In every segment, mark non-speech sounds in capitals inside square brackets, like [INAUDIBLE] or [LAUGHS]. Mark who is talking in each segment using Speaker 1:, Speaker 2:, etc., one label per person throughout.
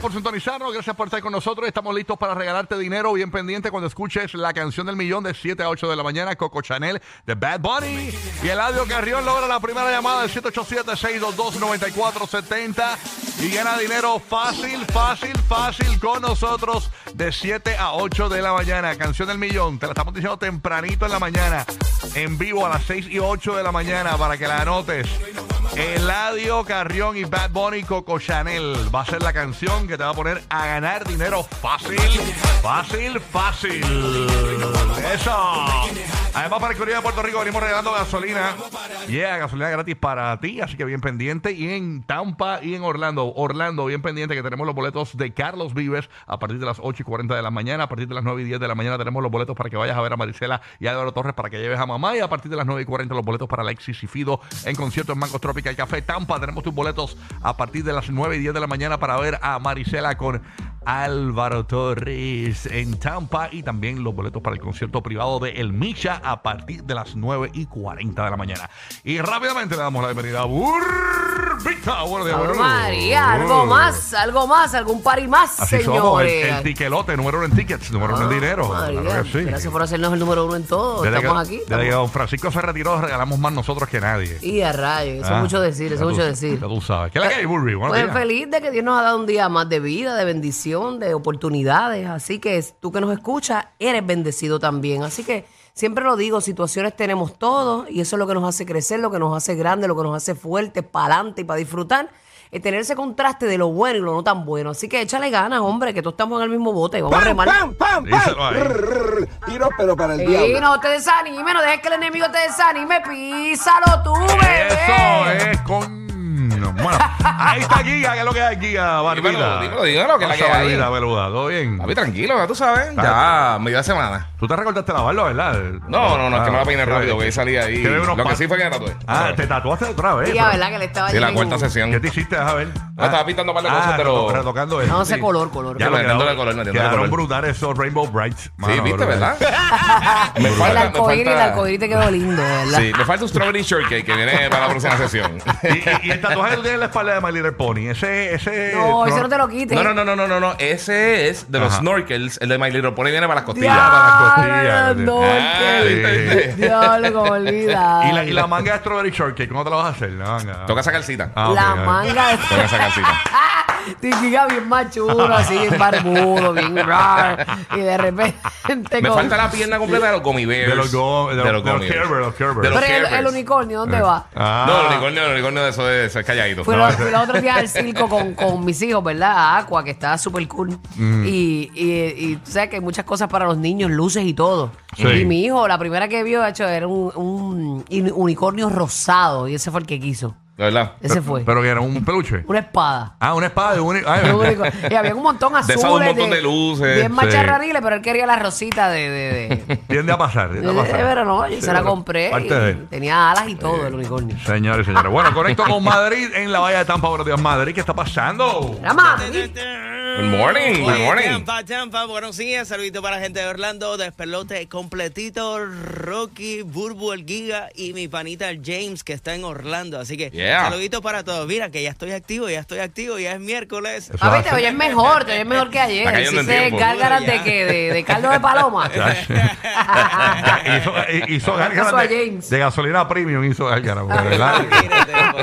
Speaker 1: por sintonizarnos, gracias por estar con nosotros. Estamos listos para regalarte dinero. Bien pendiente cuando escuches la canción del millón de 7 a 8 de la mañana, Coco Chanel de Bad Bunny. Y Eladio Carrión logra la primera llamada del 787-622-9470 y gana dinero fácil, fácil, fácil con nosotros de 7 a 8 de la mañana. Canción del millón, te la estamos diciendo tempranito en la mañana, en vivo a las 6 y 8 de la mañana para que la anotes. Eladio Carrión y Bad Bunny Coco Chanel va a ser la canción que te va a poner a ganar dinero fácil, fácil, fácil. Eso. Además, para el Correo de Puerto Rico venimos regalando gasolina. Yeah, gasolina gratis para ti, así que bien pendiente. Y en Tampa y en Orlando. Orlando, bien pendiente que tenemos los boletos de Carlos Vives a partir de las 8 y 40 de la mañana. A partir de las 9 y 10 de la mañana tenemos los boletos para que vayas a ver a Marisela y a Álvaro Torres para que lleves a mamá. Y a partir de las 9 y 40 los boletos para Alexis y Fido en concierto en Mango Tropical Café Tampa. Tenemos tus boletos a partir de las 9 y 10 de la mañana para ver a Marisela con Álvaro Torres en Tampa. Y también los boletos para el concierto privado de El Misha a partir de las 9 y 40 de la mañana. Y rápidamente le damos la bienvenida a Burbita. Buenos días,
Speaker 2: Ave
Speaker 1: Burbu.
Speaker 2: María, algo
Speaker 1: Burbu.
Speaker 2: más, algo más, algún party más,
Speaker 1: Así somos, el,
Speaker 2: señores. Ah,
Speaker 1: el tiquelote, número uno en tickets, número uno en dinero.
Speaker 2: María,
Speaker 1: Claro que sí.
Speaker 2: Gracias por hacernos el número uno en todo.
Speaker 1: Desde que-
Speaker 2: Estamos aquí.
Speaker 1: Desde que don Francisco se retiró, regalamos más nosotros que nadie.
Speaker 2: Y a rayos, eso
Speaker 1: Ah,
Speaker 2: es mucho decir,
Speaker 1: ya
Speaker 2: eso es
Speaker 1: tú-
Speaker 2: mucho decir.
Speaker 1: Ya tú sabes. ¿Qué es la que hay, Burby? Buenos
Speaker 2: Pues
Speaker 1: días.
Speaker 2: feliz de que Dios nos ha dado un día más de vida, de bendición, de oportunidades. Así que es- tú que nos escuchas, eres bendecido también. Así que siempre lo digo, situaciones tenemos todos y eso es lo que nos hace crecer, lo que nos hace grande, lo que nos hace fuerte, para adelante y para disfrutar. Es tener ese contraste de lo bueno y lo no tan bueno. Así que échale ganas, hombre, que todos estamos en el mismo bote y vamos a remar.
Speaker 3: ¡Pam, pam, pam!
Speaker 1: Díselo ahí.
Speaker 3: Rrr, Tiro, pero para el
Speaker 2: Sí,
Speaker 3: diablo.
Speaker 2: no te desanimes, no dejes que el enemigo te desanime. Písalo tú, bebé.
Speaker 1: Eso es con. Bueno, ahí está Giga, que es lo que hay, Giga, Barbita.
Speaker 4: Dímelo, dímelo, dímelo, que es la
Speaker 1: Pasa,
Speaker 4: que hay.
Speaker 1: Barbita, peluda, ¿todo bien?
Speaker 4: Papi, tranquilo, ya tú sabes. Ya, media semana.
Speaker 1: Tú te recortaste la barba, ¿verdad?
Speaker 4: No, no, no, es que me la peiné
Speaker 1: Ah,
Speaker 4: rápido,
Speaker 1: que-
Speaker 4: que ahí salí ahí.
Speaker 1: que veo unos
Speaker 4: Lo que
Speaker 1: pa-
Speaker 4: sí fue que me tatué.
Speaker 1: Ah, te tatuaste otra vez.
Speaker 2: Sí, la
Speaker 1: pero-
Speaker 2: verdad que le estaba
Speaker 4: Sí, la
Speaker 2: allí
Speaker 4: cuarta
Speaker 2: en-
Speaker 4: sesión.
Speaker 1: ¿Qué te hiciste? Deja ver.
Speaker 4: No, estaba pintando un par de cosas,
Speaker 1: ah,
Speaker 4: pero-
Speaker 1: Retocando eso.
Speaker 2: No, ese
Speaker 1: sí.
Speaker 2: color, color.
Speaker 1: Ya lo
Speaker 4: Metiéndole
Speaker 1: quedaron-
Speaker 4: color, metiéndole
Speaker 1: Quedaron
Speaker 4: color.
Speaker 1: brutales esos Rainbow Brights.
Speaker 4: Sí,
Speaker 1: mano,
Speaker 4: viste,
Speaker 1: bro.
Speaker 4: ¿verdad?
Speaker 2: [LAUGHS]
Speaker 4: me
Speaker 2: El
Speaker 4: falta, me
Speaker 2: arcoíris, el
Speaker 4: falta.
Speaker 2: arcoíris te quedó lindo, de ¿verdad?
Speaker 4: Sí, me falta un strawberry shortcake que viene para la próxima
Speaker 2: [LAUGHS]
Speaker 4: sesión.
Speaker 1: Y, y- y el tatuaje que tú tienes en la espalda de My Little Pony. Ese. ese
Speaker 2: No, eso no te lo quites.
Speaker 4: No, no, no, no, no, no, no. Ese es de los
Speaker 1: Ajá.
Speaker 4: snorkels, el de My Little Pony viene para las costillas.
Speaker 1: Ya. para las costillas.
Speaker 2: Diablo,
Speaker 4: Ah,
Speaker 2: qué-
Speaker 4: ¿viste?
Speaker 2: Diablo, como olvida.
Speaker 1: Y la, y la manga de Strawberry Shortcake, ¿cómo te la vas a hacer? La manga.
Speaker 4: Toca esa calcita.
Speaker 1: Ah, ok,
Speaker 2: La
Speaker 1: ok.
Speaker 2: manga de
Speaker 4: Toca
Speaker 2: [LAUGHS]
Speaker 4: esa calcita.
Speaker 2: Tiquiga bien machulo, así, bien barbudo, bien rar. Y de repente.
Speaker 4: Me
Speaker 2: con-
Speaker 4: falta la pierna completa de los gummy bears.
Speaker 1: De los go- de los- de los
Speaker 4: gummy bears.
Speaker 1: Kerber, los Kerber.
Speaker 4: De los
Speaker 2: Pero el,
Speaker 4: Kerbers.
Speaker 2: el unicornio, ¿dónde va?
Speaker 1: Ah.
Speaker 4: No, el unicornio, el unicornio de eso es, eso es calladito.
Speaker 2: Fui,
Speaker 4: Pues No,
Speaker 2: lo-
Speaker 4: ese-
Speaker 2: fui los otros días al circo con, con mis hijos, ¿verdad? A Aqua, que está súper cool. Y, y, y tú sabes que hay muchas cosas para los niños, luces y todo.
Speaker 1: Sí.
Speaker 2: Y mi hijo, la primera que vio, de hecho, era un, un in- unicornio rosado. Y ese fue el que quiso.
Speaker 4: De verdad.
Speaker 2: Ese fue.
Speaker 1: Pero que era un peluche.
Speaker 2: Una espada.
Speaker 1: Ah, una espada de un.
Speaker 2: [LAUGHS]
Speaker 1: ay,
Speaker 2: Lo único. Y había un montón
Speaker 4: De
Speaker 2: azules.
Speaker 4: esas, un montón de luces,
Speaker 2: Bien
Speaker 4: sí.
Speaker 2: macharrariles, pero él quería la rosita de... de, de-
Speaker 1: [LAUGHS] Tiende a pasar.
Speaker 2: de-
Speaker 1: Tiende a
Speaker 2: de-
Speaker 1: pasar.
Speaker 2: Eh, pero no, yo
Speaker 1: Sí,
Speaker 2: se la
Speaker 1: pero
Speaker 2: compré. y
Speaker 1: Parte de él.
Speaker 2: tenía alas y todo el unicornio.
Speaker 1: Señores, señores. Bueno, conecto
Speaker 2: [LAUGHS]
Speaker 1: con Madrid en la Bahía de Tampa. Buenos días, Madrid. ¿Qué está pasando?
Speaker 2: Era Madrid.
Speaker 4: Good
Speaker 5: Good
Speaker 4: morning, good morning.
Speaker 5: Tampa, Tampa, buenos días. Saludito para la gente de Orlando, Despelote completito, Rocky, Burbu, el Giga y mi panita el James que está en Orlando. Así que
Speaker 4: Yeah.
Speaker 5: saludito para todos. Mira que ya estoy activo, ya estoy activo, ya es miércoles.
Speaker 1: Eso
Speaker 2: A ver,
Speaker 1: hace-
Speaker 2: te oyes mejor, te oyes mejor que
Speaker 4: Está
Speaker 2: ayer.
Speaker 4: cayendo en
Speaker 2: Hiciste
Speaker 4: tiempo.
Speaker 2: gárgaras de qué, de, de caldo de
Speaker 4: [LAUGHS]
Speaker 2: paloma.
Speaker 1: hizo eh, hizo gárgaras
Speaker 2: Pasó a
Speaker 1: de,
Speaker 2: James.
Speaker 1: de gasolina premium. Hizo gárgaras, porque,
Speaker 5: [LAUGHS]
Speaker 1: ¿verdad?
Speaker 5: Mírate, po.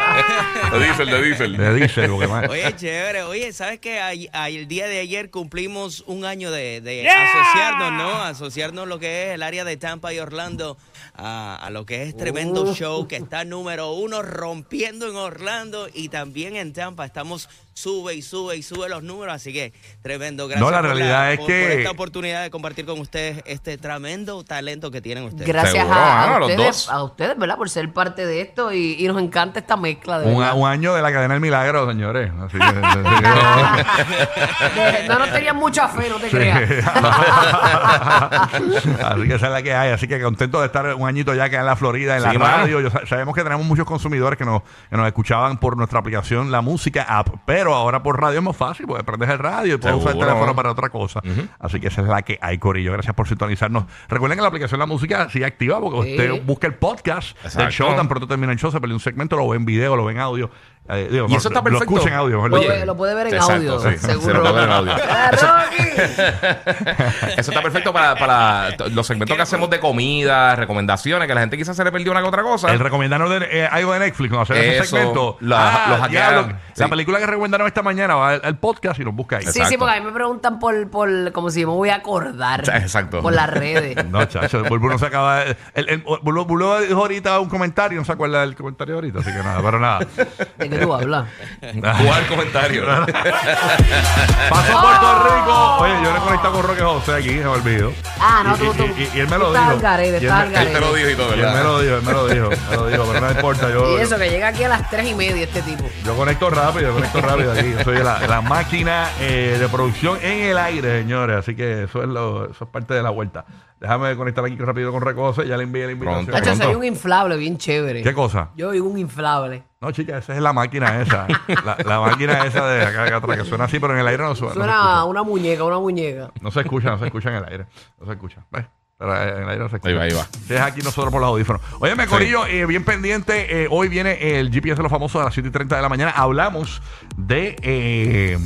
Speaker 4: De diésel, de diésel.
Speaker 1: [LAUGHS] Le dice lo que más.
Speaker 5: [LAUGHS] Oye, chévere. Oye, ¿sabes qué? Ay- ay, el día de ayer cumplimos un año de, de asociarnos, ¿no? Asociarnos lo que es el área de Tampa y Orlando a, a lo que es tremendo show que está número uno rompiendo en Orlando y también en Tampa. Estamos sube y sube y sube los números, así que tremendo. Gracias
Speaker 1: No, la
Speaker 5: por
Speaker 1: realidad es
Speaker 5: por-
Speaker 1: que-
Speaker 5: por esta oportunidad de compartir con ustedes este tremendo talento que tienen ustedes.
Speaker 2: Gracias
Speaker 4: Seguro,
Speaker 2: a,
Speaker 4: mano,
Speaker 2: a
Speaker 4: a los
Speaker 2: ustedes,
Speaker 4: dos.
Speaker 2: a ustedes, ¿verdad? Por ser parte de esto y, y nos encanta esta mezcla de
Speaker 1: Un,
Speaker 2: verdad.
Speaker 1: un año de la cadena del milagro, señores. Así que- así que-
Speaker 2: [LAUGHS] De- no nos tenían mucha fe, no te
Speaker 1: Sí.
Speaker 2: creas.
Speaker 1: [LAUGHS] así que esa es la que hay. Así que contento de estar un añito ya acá en la Florida, en la
Speaker 4: Sí, mano.
Speaker 1: radio. Yo sa- sabemos que tenemos muchos consumidores que nos, que nos escuchaban por nuestra aplicación, la música app. Pero ahora por radio es más fácil, porque prendes el radio y puedes usar el
Speaker 4: Seguro.
Speaker 1: teléfono para otra cosa. Así que esa es la que hay, Corillo. Gracias por sintonizarnos. Recuerden que la aplicación La Música sigue activa porque
Speaker 2: Sí.
Speaker 1: usted busca el podcast
Speaker 4: Exacto.
Speaker 1: del show. Tan pronto termina el show, se perdió un segmento, lo ve en video, lo ve en audio. Eh, digo,
Speaker 4: Y eso está
Speaker 1: Lo
Speaker 4: perfecto.
Speaker 1: escuchen audio, mejor
Speaker 2: Lo,
Speaker 4: [LAUGHS] Oye,
Speaker 1: dicho.
Speaker 2: ve- lo puede ver en
Speaker 4: exacto,
Speaker 2: audio,
Speaker 4: sí,
Speaker 2: seguro.
Speaker 4: se lo puede ver
Speaker 2: [LAUGHS]
Speaker 4: en audio.
Speaker 2: Ah, Rocky.
Speaker 4: Eso está perfecto para, para t- los segmentos que hacemos de comida, recomendaciones, que la gente quizás se le perdió una que otra cosa.
Speaker 1: El recomendarnos de, eh, algo de Netflix, cuando hacer ese
Speaker 4: Eso,
Speaker 1: segmento. Ah,
Speaker 4: la- lo hackearon.
Speaker 1: diablo, La
Speaker 4: Sí.
Speaker 1: película que recomendaron esta mañana va al, al podcast y nos busca ahí.
Speaker 2: Sí, sí,
Speaker 4: Exacto.
Speaker 2: porque a mí me preguntan por, por como si yo me voy a acordar.
Speaker 4: [LAUGHS] Exacto.
Speaker 2: Por las redes.
Speaker 1: No, chacho, Bulbo no se acaba. de- El, el- Bulbo, Bulbo dijo ahorita un comentario, no se acuerda del comentario ahorita, así que nada, pero nada.
Speaker 2: ¿De qué tú
Speaker 4: [LAUGHS]
Speaker 2: hablas?
Speaker 4: Jugar
Speaker 1: [LAUGHS]
Speaker 4: comentario. [LAUGHS]
Speaker 1: Pasó
Speaker 2: Oh.
Speaker 1: Puerto Rico. Oye, yo le he conectado con Roque José aquí, se me olvidó.
Speaker 2: Ah, no,
Speaker 1: Y-
Speaker 2: tú,
Speaker 1: y-
Speaker 2: tú.
Speaker 1: Y, y él me
Speaker 2: tú
Speaker 1: lo
Speaker 2: estás
Speaker 1: dijo.
Speaker 2: al garete,
Speaker 1: Y él
Speaker 2: estás al
Speaker 1: me-
Speaker 4: Él te
Speaker 2: garete.
Speaker 4: lo dijo y todo,
Speaker 1: Y él me
Speaker 4: ¿verdad?
Speaker 1: lo dijo, él me lo dijo, me lo dijo, pero no importa. Yo,
Speaker 2: Y eso que llega aquí a las tres y media este tipo.
Speaker 1: Yo conecto rápido, yo conecto rápido aquí. Yo soy la, la máquina eh, de producción en el aire, señores. Así que eso es, lo, eso es parte de la vuelta. Déjame conectar aquí rápido con Recose. Ya le envié la invitación.
Speaker 4: Pronto.
Speaker 2: Nacho,
Speaker 4: Pronto.
Speaker 2: soy un inflable bien chévere.
Speaker 1: ¿Qué cosa?
Speaker 2: Yo soy un inflable.
Speaker 1: No, chica, esa es la máquina esa. la, la máquina esa de acá, acá atrás, que suena así, pero en el aire no suena.
Speaker 2: Suena una muñeca, una muñeca.
Speaker 1: No se escucha, no se escucha en el aire. No se escucha. ¿Ves? Pero eh, en el aire no se escucha.
Speaker 4: Ahí va, ahí va.
Speaker 1: Sí, Es aquí nosotros por los audífonos. Oye, me corillo, eh, bien pendiente. eh, hoy viene el GPS de los famosos a las 7 y 30 de la mañana. Hablamos de eh,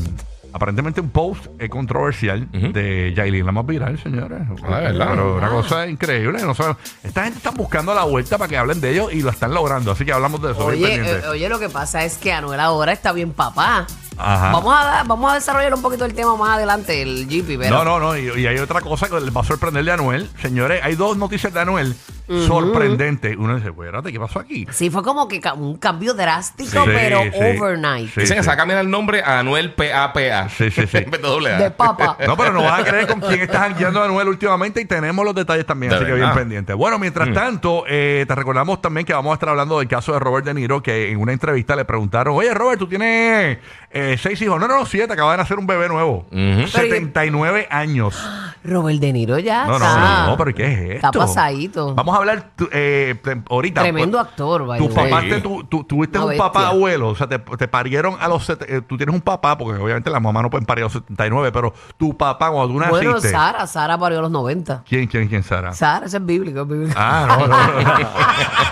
Speaker 1: aparentemente un post eh, controversial de Yailin, la más viral, señores.
Speaker 4: Ah, de verdad.
Speaker 1: Pero una cosa increíble. No saben- Esta gente está buscando la vuelta para que hablen de ellos y lo están logrando. Así que hablamos de eso. bien
Speaker 2: Oye,
Speaker 1: pendiente.
Speaker 2: eh, oye, lo que pasa es que Anuel ahora está bien papá.
Speaker 1: Ajá.
Speaker 2: Vamos a, dar- vamos a desarrollar un poquito el tema más adelante, el GP, pero
Speaker 1: No, no, no. Y, y hay otra cosa que les va a sorprender de Anuel. Señores, hay dos noticias de Anuel sorprendentes. Uno dice, espérate, ¿qué pasó aquí?
Speaker 2: sí fue como que ca- un cambio
Speaker 1: Sí,
Speaker 2: drástico, pero
Speaker 1: sí,
Speaker 2: overnight.
Speaker 1: sí.
Speaker 4: Dicen que se va a cambiar el nombre a Anuel PAPA.
Speaker 1: Sí, sí,
Speaker 2: [LAUGHS]
Speaker 1: sí.
Speaker 4: En vez de doble A.
Speaker 2: De papa.
Speaker 1: [LAUGHS] No, pero no vas a creer con quién estás jangueando a Anuel últimamente y tenemos los detalles también,
Speaker 4: De
Speaker 1: así que bien
Speaker 4: verdad. Mm.
Speaker 1: pendiente. Bueno, mientras tanto, eh, te recordamos también que vamos a estar hablando del caso de Robert De Niro, que en una entrevista le preguntaron, oye Robert, tú tienes eh, seis hijos. No, no, no, siete, acabas de nacer un bebé nuevo. 79 años.
Speaker 2: Robert De Niro ya
Speaker 1: No, no,
Speaker 2: Ah, está.
Speaker 1: no, no, pero ¿qué es esto?
Speaker 2: Está pasadito.
Speaker 1: Vamos a hablar tu- eh, tem- ahorita.
Speaker 2: Tremendo
Speaker 1: Pues,
Speaker 2: actor, by
Speaker 1: Tu
Speaker 2: the way.
Speaker 1: papá,
Speaker 4: way.
Speaker 1: te, tu- tu- tuviste
Speaker 2: Una
Speaker 1: un
Speaker 2: bestia.
Speaker 1: papá abuelo, o sea, te, te parieron a los... sete- eh, tú tienes un papá, porque obviamente las mamás no pueden parir a los 79, pero tu papá cuando tú naciste...
Speaker 2: Bueno, Sara, Sara parió a los 90.
Speaker 1: ¿Quién, quién, quién, Sara?
Speaker 2: Sara, eso es bíblico, es bíblico.
Speaker 1: Ah, no, no, no, no.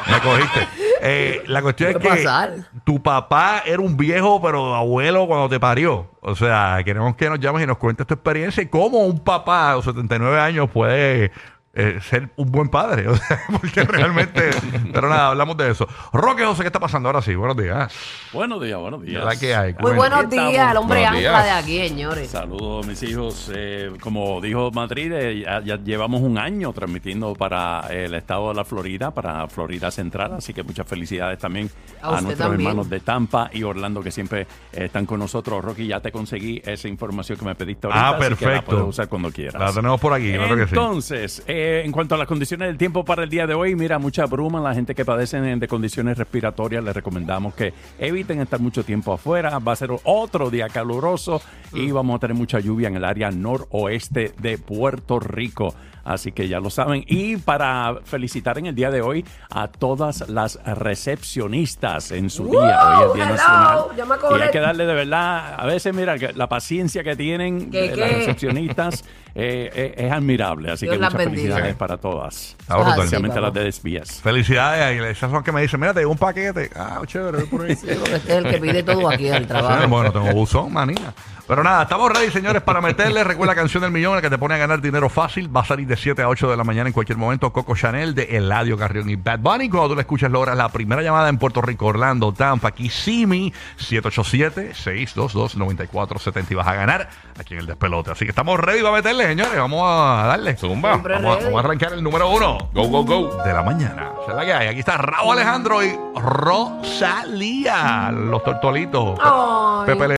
Speaker 1: Me cogiste. Eh, la cuestión es que
Speaker 2: Puede pasar.
Speaker 1: tu papá era un viejo, pero abuelo cuando te parió. O sea, queremos que nos llames y nos cuentes tu experiencia y cómo un papá a los 79 años puede eh, ser un buen padre. [LAUGHS] O sea, porque realmente. pero nada, hablamos de eso. Roque José, ¿qué está pasando ahora sí? Buenos días.
Speaker 6: Buenos días, buenos días.
Speaker 1: La que hay.
Speaker 2: Muy
Speaker 1: Bueno.
Speaker 2: buenos
Speaker 6: Estamos.
Speaker 2: días, el hombre
Speaker 4: Buenos
Speaker 2: ancla
Speaker 4: días.
Speaker 2: de aquí, señores.
Speaker 6: Saludos, mis hijos. Eh, como dijo Madrid, eh, ya, ya llevamos un año transmitiendo para el estado de la Florida, para Florida Central, así que muchas felicidades también
Speaker 2: A
Speaker 6: a,
Speaker 2: usted
Speaker 6: nuestros
Speaker 2: también.
Speaker 6: hermanos de Tampa y Orlando que siempre eh, están con nosotros. Rocky, ya te conseguí esa información que me pediste ahorita,
Speaker 1: Ah,
Speaker 6: así que la
Speaker 1: perfecto.
Speaker 6: puedes usar cuando quieras.
Speaker 1: La tenemos por aquí, claro que sí.
Speaker 6: Entonces, eh, en cuanto a las condiciones del tiempo para el día de hoy, mira, mucha bruma, la gente que padece de condiciones respiratorias, les recomendamos que eviten estar mucho tiempo afuera, va a ser otro día caluroso
Speaker 1: Mm.
Speaker 6: y vamos a tener mucha lluvia en el área noroeste de Puerto Rico. Así que ya lo saben. Y para felicitar en el día de hoy a todas las recepcionistas en su
Speaker 2: ¡Wow!
Speaker 6: día. Hoy es Día
Speaker 2: Hello,
Speaker 6: Nacional.
Speaker 2: ya me
Speaker 6: Y
Speaker 2: acordé.
Speaker 6: hay que darle de verdad, a veces, mira, que la paciencia que tienen
Speaker 2: ¿Qué,
Speaker 6: eh,
Speaker 2: qué?
Speaker 6: las recepcionistas eh, eh, es admirable. Así
Speaker 2: Dios
Speaker 6: que
Speaker 2: las
Speaker 6: muchas
Speaker 2: bendiga.
Speaker 6: felicidades para todas.
Speaker 1: Está brutal.
Speaker 2: Ah, sí,
Speaker 6: Especialmente
Speaker 2: papá.
Speaker 6: las de SBS.
Speaker 1: Felicidades, a esas son que me dicen, mira, te llegó un paquete. Ah, chévere, voy
Speaker 6: [LAUGHS]
Speaker 1: por ahí.
Speaker 2: Este es el que pide todo aquí
Speaker 1: [LAUGHS]
Speaker 2: al
Speaker 1: Sí,
Speaker 2: trabajo.
Speaker 1: Bueno, tengo buzón, manía. Pero nada, estamos ready, señores, para meterle. Recuerda la canción del millón, la que te pone a ganar dinero fácil. Va a salir de 7 a 8 de la mañana en cualquier momento. Coco Chanel de Eladio Carrión y Bad Bunny. Cuando tú la escuchas, logras la primera llamada en Puerto Rico, Orlando, Tampa, Kissimmee, 787-622-9470. Y vas a ganar aquí en el despelote. Así que estamos ready para meterle, señores. Vamos a darle.
Speaker 4: Zumba.
Speaker 2: Siempre
Speaker 1: Vamos a,
Speaker 2: ready.
Speaker 1: vamos a arrancar el número uno
Speaker 4: Go, go, go.
Speaker 1: de la mañana. Esa es la que hay. Aquí está Raúl Alejandro y Rosalía, los tortolitos.
Speaker 2: Ay.
Speaker 1: Pepe